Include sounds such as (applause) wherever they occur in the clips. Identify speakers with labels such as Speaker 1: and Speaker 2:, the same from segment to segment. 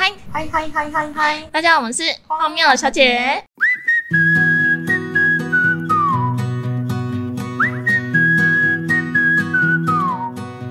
Speaker 1: 嗨嗨嗨嗨嗨！
Speaker 2: 大家好，我们是荒谬小姐。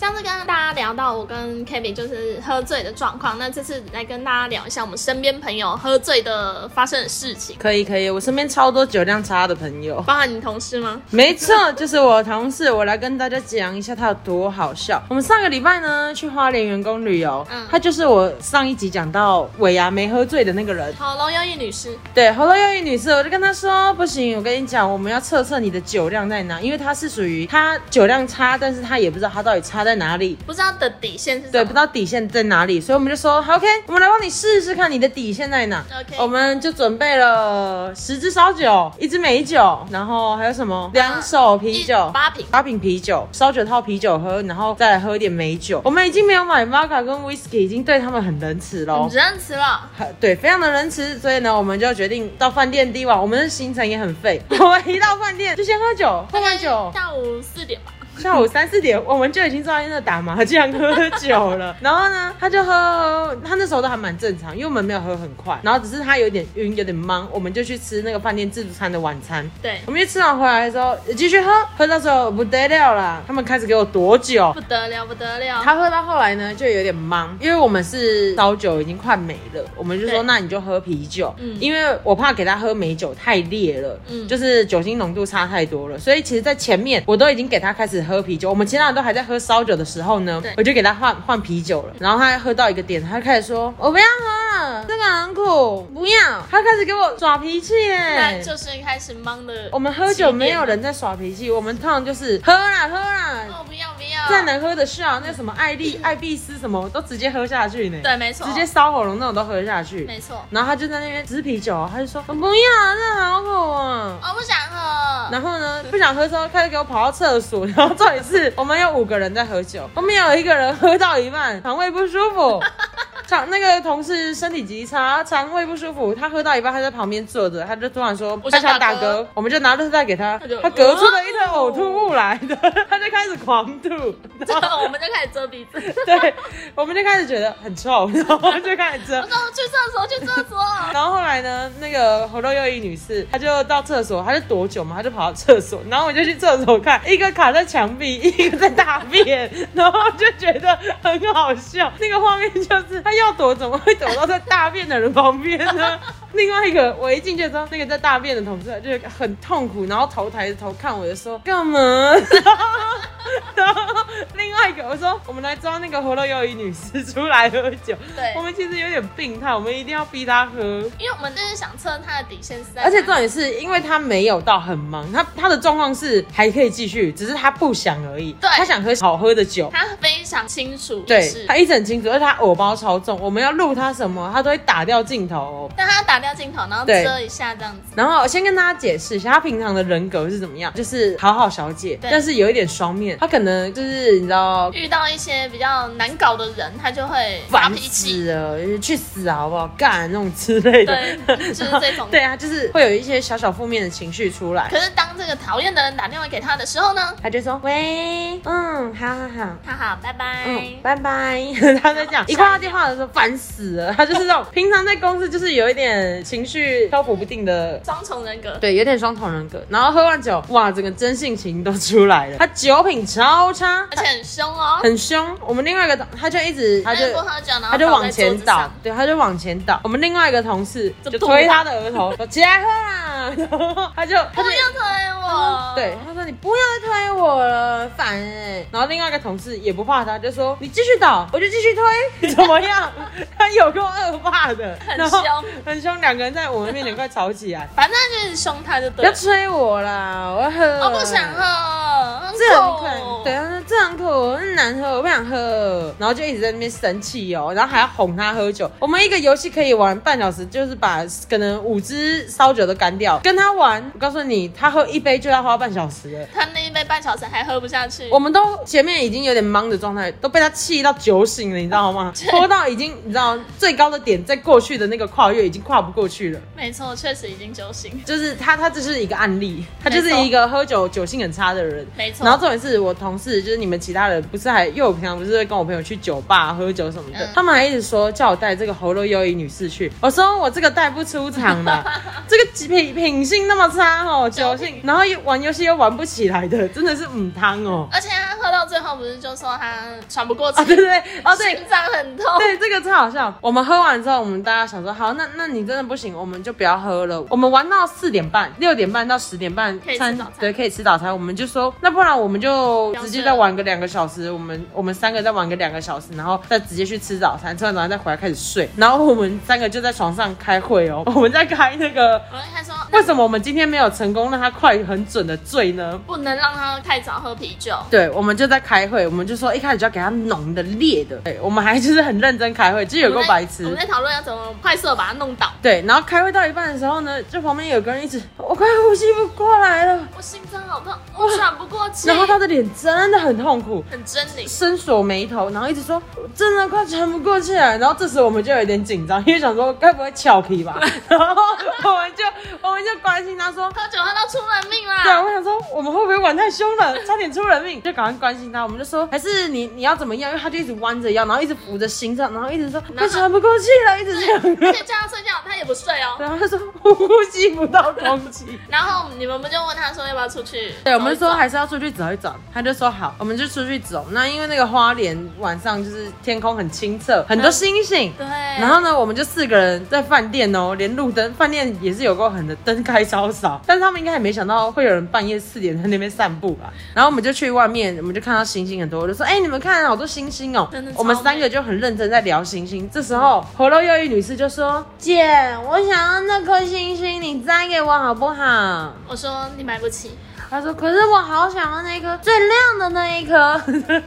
Speaker 2: 上次跟大家聊到我跟 Kevin 就是喝醉的状况，那这次来跟大家聊一下我们身边朋友喝醉的发生的事 (laughs) 情，
Speaker 3: 可以可以，我身边超多酒量差的朋友。
Speaker 2: 包含你同事吗？
Speaker 3: 没错，就是我同事，我来跟大家讲一下他有多好笑。我们上个礼拜呢去花莲员工旅游，
Speaker 2: 嗯
Speaker 3: 他就是我上一集讲到尾牙没喝醉的那个人。
Speaker 2: 好，龙优一女士，
Speaker 3: 对，喉咙忧郁女士，我就跟她说，不行，我跟你讲，我们要测测你的酒量在哪，因为她是属于她酒量差，但是她也不知道她到底差在哪里。
Speaker 2: 不知道的底线是什
Speaker 3: 对，
Speaker 2: 么？
Speaker 3: 不知道底线在哪里，所以我们就说好 OK，我们来帮你试试看你的底线在哪。
Speaker 2: OK
Speaker 3: 我们就准备了十支烧酒，一支美酒，然后还有什么？两手啤酒
Speaker 2: 一，八瓶
Speaker 3: 八瓶啤酒，烧酒套啤酒喝，然后再来喝一点美酒。我们已经没有买 v o d a 跟 Whisky，已经对他们很仁慈
Speaker 2: 我
Speaker 3: 喽
Speaker 2: 们。认识了，
Speaker 3: 很对，非常的仁慈，所以呢，我们就决定到饭店第一晚，我们的行程也很废。 (laughs) 我们一到饭店就先喝酒，喝完酒
Speaker 2: 下午四点吧。
Speaker 3: 下午三四点，我们就已经坐在那打麻 (laughs) 将喝酒了。 (laughs) 然后呢，他就喝，他那时候都还蛮正常，因为我们没有喝很快，然后只是他有点晕，有点懵，我们就去吃那个饭店自助餐的晚餐。
Speaker 2: 对，
Speaker 3: 我们就吃完回来的时候，继续喝，喝到时候不得了啦，他们开始给我躲酒
Speaker 2: 不。得了，不得了。
Speaker 3: 他喝到后来呢，就有点懵，因为我们是烧酒已经快没了，我们就
Speaker 2: 对
Speaker 3: 说那你就喝啤酒，
Speaker 2: 嗯
Speaker 3: 因为我怕给他喝美酒太烈了，
Speaker 2: 嗯
Speaker 3: 就是酒精浓度差太多了，所以其实，在前面我都已经给他开始喝啤酒，我们其他人都还在喝烧酒的时候呢
Speaker 2: 对，
Speaker 3: 我就给他换换啤酒了，然后他喝到一个点，他就开始说哦我不要喝了，这个很苦，不要，他开始给我耍脾气
Speaker 2: 那
Speaker 3: 耶。
Speaker 2: 就是开始忙的。
Speaker 3: 我们喝酒没有人在耍脾气，我们通常就是喝啦喝啦，
Speaker 2: 哦，不要不要，
Speaker 3: 再难喝的是啊，那什么艾丽、艾必斯什么都直接喝下去呢，
Speaker 2: 对，没错，
Speaker 3: 直接烧喉咙那种都喝下去。
Speaker 2: 没错。
Speaker 3: 然后他就在那边吃啤酒，他就说哦我不要，这好苦啊。
Speaker 2: 哦我不想喝。
Speaker 3: 然后呢，
Speaker 2: 嗯
Speaker 3: 不想喝之后，开始给我跑到厕所。然后这一次，我们有五个人在喝酒，后面有一个人喝到一半，肠胃不舒服，肠那个同事身体极差，肠胃不舒服，他喝到一半，他在旁边坐着，他就突然说
Speaker 2: 我
Speaker 3: 他
Speaker 2: 想
Speaker 3: 想
Speaker 2: 打
Speaker 3: 打
Speaker 2: 嗝
Speaker 3: 嗝，我们就拿热袋给他
Speaker 2: 他就，哦
Speaker 3: 他嗝出了一滩呕吐物来 (laughs) 的，他就开始
Speaker 2: (laughs)
Speaker 3: 狂吐。
Speaker 2: (laughs) 之后我们就开始遮鼻子，
Speaker 3: (laughs) 对，我们就开始觉得很臭， (laughs) 然后就开始
Speaker 2: 我
Speaker 3: 遮。
Speaker 2: 说去厕所，去厕所。
Speaker 3: 然后后来呢，那个喉咙右一女士，她就到厕所，她就躲酒嘛，她就跑到厕所，然后我就去厕所看，一个卡在墙壁， (laughs) 一个在大便，然后就觉得很好笑。那个画面就是，她要躲怎么会躲到在大便的人旁边呢？ (laughs) 另外一个，我一进去的时候，那个在大便的同事就很痛苦，然后头抬着头看我，就说干嘛？然后 (laughs) 另外一个，我说我们来抓那个喉咙右一女士出来喝酒。
Speaker 2: 对
Speaker 3: 我们其实有点病态，我们一定要逼她喝。
Speaker 2: 因为我们就是想测他的底线是在哪，
Speaker 3: 而且重点是因为她没有到很忙，她她的状况是还可以继续，只是她不想而已。
Speaker 2: 对
Speaker 3: 她想喝好喝的酒。
Speaker 2: 他非常清楚，
Speaker 3: 对
Speaker 2: 是，
Speaker 3: 她一直很清楚，而且她偶包超重，我们要录她什么，她都会打掉镜头哦、
Speaker 2: 但他打掉镜头，然后
Speaker 3: 对
Speaker 2: 遮一下这样子，
Speaker 3: 然后先跟大家解释一下，她平常的人格是怎么样，就是好好小姐，
Speaker 2: 对
Speaker 3: 但是有一点双面，她可能就是你知道
Speaker 2: 遇到一些比较难搞的人，他就会发
Speaker 3: 烦
Speaker 2: 脾气，
Speaker 3: 死了，去死啊好不好？干那种之类的，
Speaker 2: 对就是这种
Speaker 3: (laughs) 对啊，就是会有一些小小负面的情绪出来。
Speaker 2: 可是当这个讨厌的人打电话给他的时候呢，
Speaker 3: 他就说：“喂，嗯，好好好。”
Speaker 2: 他好，拜拜。
Speaker 3: 嗯，拜拜。 (laughs) 他在讲，一挂到电话的时候烦死了。他就是那种平常在公司就是有一点情绪漂浮不定的，
Speaker 2: 双重人格，
Speaker 3: 对，有点双重人格。然后喝完酒，哇，整个真性情都出来了。他酒品超差
Speaker 2: 而，且很凶哦，
Speaker 3: 很凶。我们另外一个同他就一直，他
Speaker 2: 他
Speaker 3: 就
Speaker 2: 就不哎喝酒，然后
Speaker 3: 他就
Speaker 2: 倒在
Speaker 3: 往前
Speaker 2: 桌子
Speaker 3: 倒
Speaker 2: 上，
Speaker 3: 对，他就往前倒。我们另外一个同事
Speaker 2: 就
Speaker 3: 就
Speaker 2: 吐
Speaker 3: 推
Speaker 2: 他
Speaker 3: 他的额头，说起来喝啦。然后他就他
Speaker 2: 不
Speaker 3: 就
Speaker 2: 要推我，
Speaker 3: 对，他说你不要再推我了，烦哎、然后另外一个同事也不怕他，就说你继续倒，我就继续推，怎么样？ (laughs) 他有够恶霸的，
Speaker 2: 很
Speaker 3: 然后
Speaker 2: 凶
Speaker 3: 很凶，两个人在我们面前快吵起来，
Speaker 2: 反正就是凶他就
Speaker 3: 不
Speaker 2: 对
Speaker 3: 要
Speaker 2: 了。
Speaker 3: 催我啦，我要喝，
Speaker 2: 我哦不啊想喝，很
Speaker 3: 这很
Speaker 2: 苦
Speaker 3: 苦，对，，他啊说这很苦，很难喝，我不想喝，然后就一直在那边生气哦，然后还要哄他喝酒。我们一个游戏可以玩半小时，就是把可能五支烧酒都干掉，跟他玩，我告诉你，他喝一杯就要花半小时了。
Speaker 2: 他那一杯半小时还喝不下去，
Speaker 3: 我们都前面已经有点懵的状态，都被他气到酒醒了，你知道 (laughs) 吗？拖到已经你知道最高的点，在过去的那个跨越已经跨不过去了。
Speaker 2: 没错，确实已经酒醒，
Speaker 3: 就是他，他只是一个案例，他就是
Speaker 2: 没错
Speaker 3: 一个喝酒酒性很差的人，
Speaker 2: 没错
Speaker 3: 然后重点是我同事，就是你们其他人，不是还因为我平常不是会跟我朋友去酒吧喝酒什么的，
Speaker 2: 嗯
Speaker 3: 他们还一直说叫我带这个喉咙优衣女士去，我说我这个带不出场
Speaker 2: (laughs)
Speaker 3: 的，这个品品性那么差哦，酒性，然后又玩游戏又玩不起来的，真的是母汤哦。
Speaker 2: 而且他喝到最后不是就说他喘不过气，
Speaker 3: 啊，对对对，哦对，
Speaker 2: 心脏很痛。
Speaker 3: (laughs) 对，这个超好笑。我们喝完之后，我们大家想说，好，那那你真的不行，我们就不要喝了。我们玩到四点半，六点半到十点半
Speaker 2: 可以吃早餐
Speaker 3: 对，可以吃早餐。我们就说，那不然我们就直接
Speaker 2: 了
Speaker 3: 再玩个两个小时，我们我们三个再玩个两个小时，然后再直接去吃早餐，吃完早餐再回来开始睡。然后我们三个就在床上开会哦， (laughs) 我们在开那个。
Speaker 2: 然后他说
Speaker 3: 为什么我们今天没有成功让他快很准的醉呢？
Speaker 2: 不能让他太早喝啤酒。
Speaker 3: 对，我们就在开会，我们就说一开始就要给他浓的、烈的。对，我们还就是很认真开会，就是有
Speaker 2: 我
Speaker 3: 够
Speaker 2: 们在
Speaker 3: 白痴。
Speaker 2: 我们在讨论要怎么快速地把他弄倒。
Speaker 3: 对，然后开会到一半的时候呢，就旁边有个人一直，我快呼吸不过
Speaker 2: (laughs)
Speaker 3: 来了，
Speaker 2: 我心脏好痛，我
Speaker 3: (laughs)
Speaker 2: 喘不过气，
Speaker 3: 然后他的脸真的很痛苦，
Speaker 2: 很狰狞。
Speaker 3: 深锁眉头，然后一直说我真的快喘不过气来，然后这时候我们就有点紧张，因为想说该不会俏皮吧， (laughs) 然后我们就我们就关心他说。
Speaker 2: 喝酒喝到出人命
Speaker 3: 对啊，
Speaker 2: 啦！
Speaker 3: 我想说我们会不会玩太凶了，差点出人命，就赶快关心他。我们就说还是你你要怎么样，因为他就一直弯着腰，然后一直扶着心脏，然后一直说快喘不过气了，一直这
Speaker 2: 而 (laughs)
Speaker 3: 样。
Speaker 2: 且叫他睡觉，他也不睡哦。
Speaker 3: 然后他说我呼吸不到空气。
Speaker 2: 然后你们不就问他说要不要出去？
Speaker 3: 对，我们
Speaker 2: 走一
Speaker 3: 说
Speaker 2: 走
Speaker 3: 还是要出去走一走，他就说好，我们就出去走。那因为那个花莲晚上就是天空很清澈，很多星星。
Speaker 2: 嗯对，
Speaker 3: 然后呢，我们就四个人在饭店哦，连路灯，饭店也是有够狠的，灯开超少。但是他们应该也没想到会有人半夜四点在那边散步吧。然后我们就去外面，我们就看到星星很多，我就说：“哎、你们看好多星星哦
Speaker 2: 真的！”超
Speaker 3: 我们三个就很认真在聊星星。这时候，喉咙又一女士就说：“姐，我想要那颗星星，你摘给我好不好？”
Speaker 2: 我说你买不起，
Speaker 3: 他说：“可是我好想要那一颗最亮的那一颗。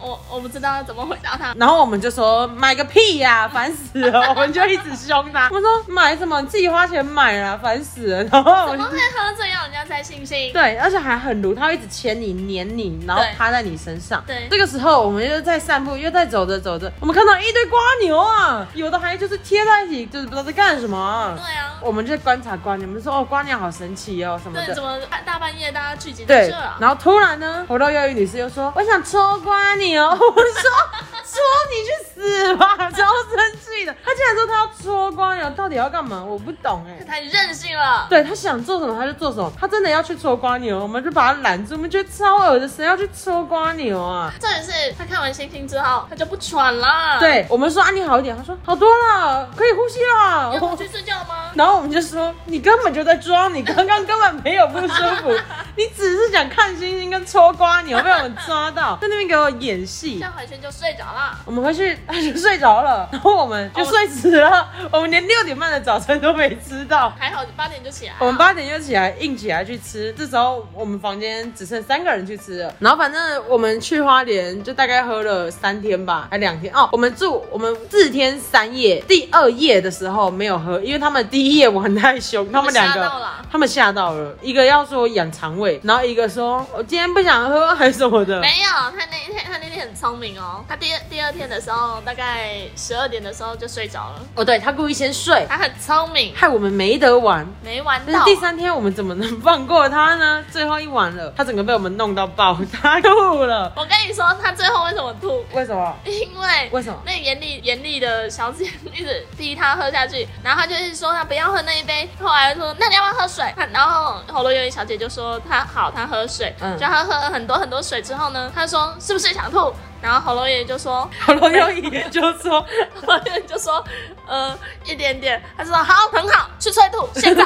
Speaker 2: 我我不知道怎么回答他”。
Speaker 3: (laughs) 然后我们就说：“买个屁呀、 (laughs) 烦死了！”我们就一直凶他。我们说：“买什么？你自己花钱买啦，烦死了！” (laughs) 然后我
Speaker 2: 怎
Speaker 3: 们
Speaker 2: 么
Speaker 3: 就
Speaker 2: 会喝醉要人家摘星星？
Speaker 3: 哦对，而且还很鲁，他会一直牵你、黏你，然后
Speaker 2: 对
Speaker 3: 趴在你身上。
Speaker 2: 对
Speaker 3: 这个时候我们又在散步，又在走着走着，我们看到一堆瓜牛啊，有的还就是贴在一起，就是不知道在干什么啊、
Speaker 2: 对啊，
Speaker 3: 我们就观察瓜牛，我们说：“哦，瓜牛好神奇哦，什么
Speaker 2: 对，
Speaker 3: 的
Speaker 2: 怎。”么大半夜大家聚集在
Speaker 3: 对
Speaker 2: 这啊，？
Speaker 3: 然后突然呢，我到忧郁女士又说：“我想戳瓜你哦。”我 (laughs) 说：“戳你去死吧！”超生气的，她竟然说她要戳瓜你，哦到底要干嘛？我不懂哎、
Speaker 2: 太任性了。
Speaker 3: 对她想做什么她就做什么，她真的要去戳瓜哦牛，我们就把她拦住，我们觉得超恶的，谁要去戳瓜牛啊？
Speaker 2: 重点是他看完星星之后，他就不喘啦。，
Speaker 3: 对我们说啊你好一点，她说好多了，可以呼吸了。
Speaker 2: 要回去睡觉吗？
Speaker 3: 然后我们就说你根本就在装，你刚刚根本没有不舒服，你只是想看星星跟戳瓜牛，被我们抓到，在那边给我演戏
Speaker 2: 这。样回去就睡着啦。
Speaker 3: 我们回去就睡着了，然后我们就睡死了，我们连六点半的早餐都没吃到。
Speaker 2: 还好八点就起来了。
Speaker 3: 我们八点就起来，硬起来去吃。这时候我们房间只剩三个人去吃了。然后反正我们去花莲就大概喝了三天吧，还两天哦。我们住我们四天三夜，第二夜的时候没有喝，因为他们第一夜玩太凶，他们两
Speaker 2: 吓
Speaker 3: 个
Speaker 2: 到了
Speaker 3: 他们吓到了，一个要说养肠胃，然后一个说我今天不想喝 (laughs) 还是什么的。
Speaker 2: 没有，他那一天他那天很聪明哦。他第二第二天的时候，大概十二点的时候就睡着了。
Speaker 3: 哦，对他故意先睡，
Speaker 2: 他很聪明，
Speaker 3: 害我们没得玩。
Speaker 2: 没玩
Speaker 3: 但
Speaker 2: 到。
Speaker 3: 是第三天我们怎么能放过他呢？最后一晚了，他整个被我们弄到爆， (laughs) 他吐了。
Speaker 2: 我跟你说，他最后为什么吐？
Speaker 3: 为什么？
Speaker 2: 因为
Speaker 3: 为什 (laughs) 么
Speaker 2: 那个严厉严厉的小姐一直逼他喝下去，然后他就是说他不要喝那一杯，后来说那你要不要喝水？他然后喉咙有点小姐就说她好，她喝水，
Speaker 3: 嗯
Speaker 2: 就她喝了很多很多水之后呢，她说是不是想吐？然后喉咙爷就说，
Speaker 3: 喉咙有研究说，
Speaker 2: 喉咙爷就说，呃，一点点。他说好，很好，去催吐，现
Speaker 3: (laughs)
Speaker 2: 在。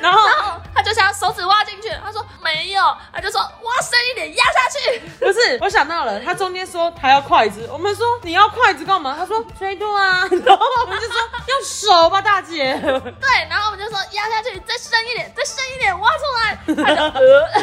Speaker 3: 然后
Speaker 2: 然后他就想手指挖进去，他说没有，他就说挖深一点，压下去。
Speaker 3: 不是我想到了，他中间说他要筷子，我们说你要筷子干嘛？他说吹肚啊， (laughs) 然后我们就说用手吧，大姐。
Speaker 2: 对，然后我们就说压下去，再深一点，再深一点，挖出来， (laughs) 他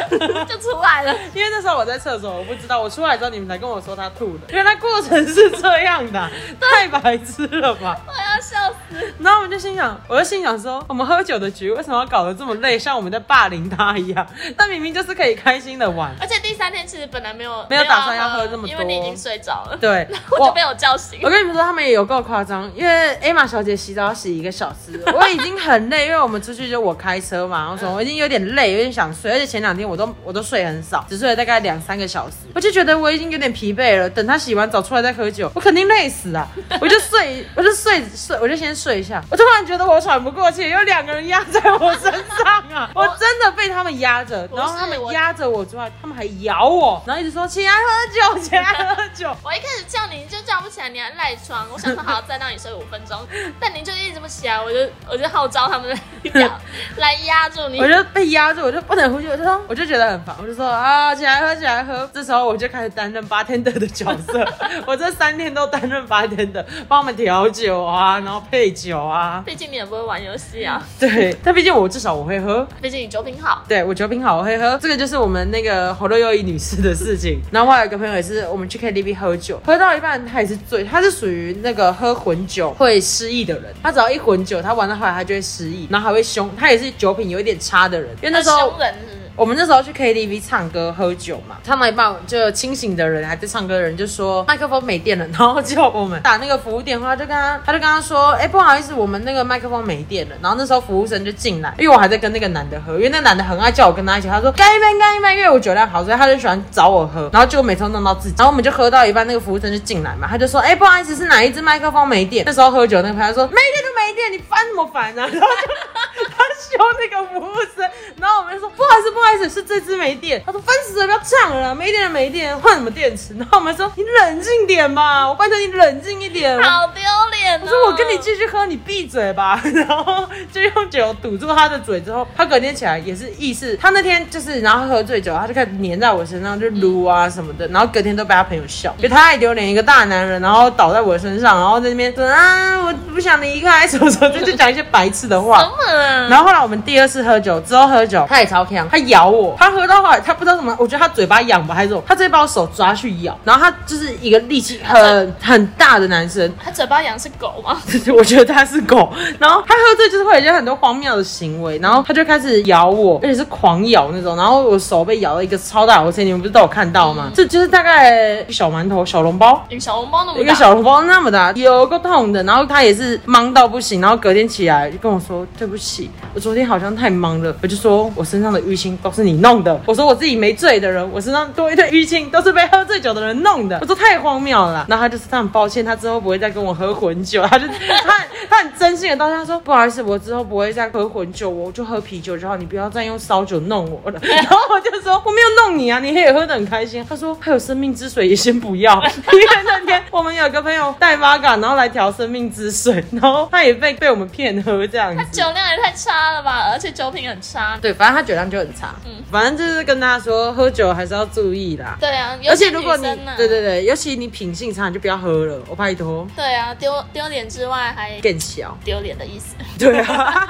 Speaker 2: 就 (laughs) 呃就出来了。
Speaker 3: (laughs) 因为那时候我在厕所，我不知道，我出来之后你们才跟我说他吐的，原来过程是这样的，啊
Speaker 2: (laughs)
Speaker 3: 太白痴了吧！
Speaker 2: 我要笑死！
Speaker 3: 然后我们就心想，我就心想说，我们喝酒的局为什么要搞得这么累，像我们在霸凌他一样？但明明就是可以开心的玩。
Speaker 2: 而且第三天其实本来没有啊
Speaker 3: 没有打算要喝这么多
Speaker 2: 因为你已经睡着了。
Speaker 3: 对，
Speaker 2: (laughs) 我就被我叫醒
Speaker 3: 我。跟你们说，他们也有够夸张，因为 Emma 小姐洗澡要洗一个小时 (laughs) 了，我已经很累，因为我们出去就我开车嘛，然后说我已经有点累，有点想睡，而且前两天我都我都睡很少，只睡了大概两三个小时，我就觉得我已经有点疲惫了。等他洗完澡出来再喝酒，我肯定累死 (laughs) 啊！我就睡，我就睡睡，我就先睡一下。我突然觉得我喘不过气，有两个人压在我身上啊！ (laughs) 我真的被他们压着，然后他们压着我之外，他们还咬我，然后一直说起来喝酒，起来喝酒。
Speaker 2: 我一开始叫你就叫不起来，你还赖床。我想说好，再让你睡五分钟， (laughs) 但你就一直不起来，我就我就号召他们
Speaker 3: (laughs)
Speaker 2: 来来压住你
Speaker 3: 我。就被压住，我就不能呼吸，我就说，我就觉得很烦，我就说啊，起来喝，起来喝。这时候我就开始担任 bartender 的角色， (laughs) 我这三天都担任 bartender，帮他们调酒啊，然后配
Speaker 2: (laughs)
Speaker 3: 酒啊。
Speaker 2: (laughs) 毕竟你也不会玩游戏啊，
Speaker 3: 对，但毕竟我至少我会喝，
Speaker 2: 毕竟你酒品好。
Speaker 3: 对我酒品好，我会喝。这个就是我们那个喉咙优一女士的事情。 (laughs) 然后我还有一个朋友也是，我们去 KTV 喝酒，喝到一半他也是醉，他是属于那个喝混酒会失忆的人。他只要一混酒，他玩到后来他就会失忆，然后还会凶。他也是酒品有一点差的人，因为那时
Speaker 2: 很
Speaker 3: 候
Speaker 2: 凶人是嗯不是
Speaker 3: 我们那时候去 KTV 唱歌喝酒嘛，唱到一半就清醒的人还在唱歌的人就说麦克风没电了，然后叫我们打那个服务电话，就跟他他就跟他说，哎、不好意思，我们那个麦克风没电了。然后那时候服务生就进来，因为我还在跟那个男的喝，因为那男的很爱叫我跟他一起，他说干一杯干一杯，因为我酒量好，所以他就喜欢找我喝，然后就每次都弄到自己。然后我们就喝到一半，那个服务生就进来嘛，他就说，哎、不好意思，是哪一只麦克风没电？那时候喝酒那个朋友说没电就没电，你烦什么烦啊？ (laughs) 然后就。他修那个服务生，然后我们就说不好意思，不好意思，是这支没电。他说烦死了，不要唱了啦，没电了没电，换什么电池？ (laughs) 然后我们说你冷静点吧，我拜托你 (laughs) 冷静一点。我
Speaker 2: 好丢脸哦！
Speaker 3: 说我跟你继续喝，你闭嘴吧。 (laughs) 然后就用酒堵住他的嘴之后，他隔天起来也是意识，他那天就是然后喝醉酒，他就开始黏在我身上就撸啊什么的，然后隔天都被他朋友笑，觉得太丢脸，一个大男人然后倒在我身上，然后在那边说啊我不想离开什么什么的，就讲一些白痴的话
Speaker 2: 什。么啊？
Speaker 3: 然后后来我们第二次喝酒之后喝酒，他也超强，他咬我，他喝到后来他不知道怎么，我觉得他嘴巴痒吧还是什么，他直接把我手抓去咬，然后他就是一个力气很很大的男生， (laughs)
Speaker 2: 他嘴巴痒是狗吗？
Speaker 3: 我觉得他是狗，然后他喝醉就是会有一些很多荒谬的行为，然后他就开始咬我，而且是狂咬那种，然后我手被咬了一个超大的红线，你们不是都有看到吗？这就是大概小馒头、小笼包。
Speaker 2: 你小笼包那么
Speaker 3: 一个
Speaker 2: 大，
Speaker 3: 小笼包那么大，有个痛的，然后他也是忙到不行，然后隔天起来就跟我说对不起，我昨天好像太忙了，我就说我身上的淤青都是你弄的，我说我自己没醉的人，我身上多一堆淤青都是被喝醉酒的人弄的，我说太荒谬了啦，然后他就是他很抱歉，他之后不会再跟我喝混酒，他就 (laughs) 他很他很真心的道歉，他说不好意思，我之后不会再喝混酒，我就喝啤酒就好，你不要再用烧酒弄我了， (laughs) 然后我就说我没有弄你啊，你也喝得很开心，他说还有生命之水也先不要， (laughs) 因为那天我们有个朋友带八嘎，然后来调生命之水，然后他也被被我们骗喝这样
Speaker 2: 他
Speaker 3: 子。
Speaker 2: 酒量也太差了吧，而且酒品很差。
Speaker 3: 对，反正他酒量就很差。嗯，反正就是跟大家说，喝酒还是要注意啦。
Speaker 2: 对啊，尤
Speaker 3: 而
Speaker 2: 其
Speaker 3: 且如果你
Speaker 2: 女生啊
Speaker 3: 对对对，尤其你品性差，你就不要喝了。我拜
Speaker 2: (laughs)
Speaker 3: 托，
Speaker 2: 对啊，丢丢脸之外还
Speaker 3: 更小。
Speaker 2: 丢脸的意思。
Speaker 3: (laughs) 对啊，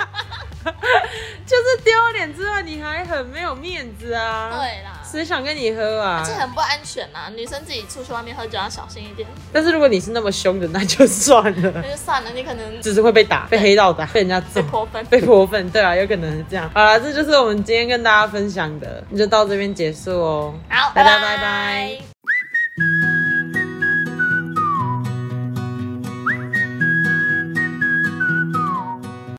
Speaker 3: 就是丢脸之外，你还很没有面子啊。，
Speaker 2: 对啦，
Speaker 3: 谁想跟你喝啊？
Speaker 2: 这很不安全呐、女生自己出去外面喝酒要小心一点。
Speaker 3: 但是如果你是那么凶的，那就算了
Speaker 2: 那，就算了，你可能
Speaker 3: 只是会被打、被黑道打、被人家
Speaker 2: 被
Speaker 3: 揍。
Speaker 2: 泼分。
Speaker 3: 被泼粪，对啊，有可能是这样。好了，这就是我们今天跟大家分享的，那就到这边结束哦。
Speaker 2: 好，
Speaker 3: 大家
Speaker 2: 拜
Speaker 3: 拜拜
Speaker 2: 拜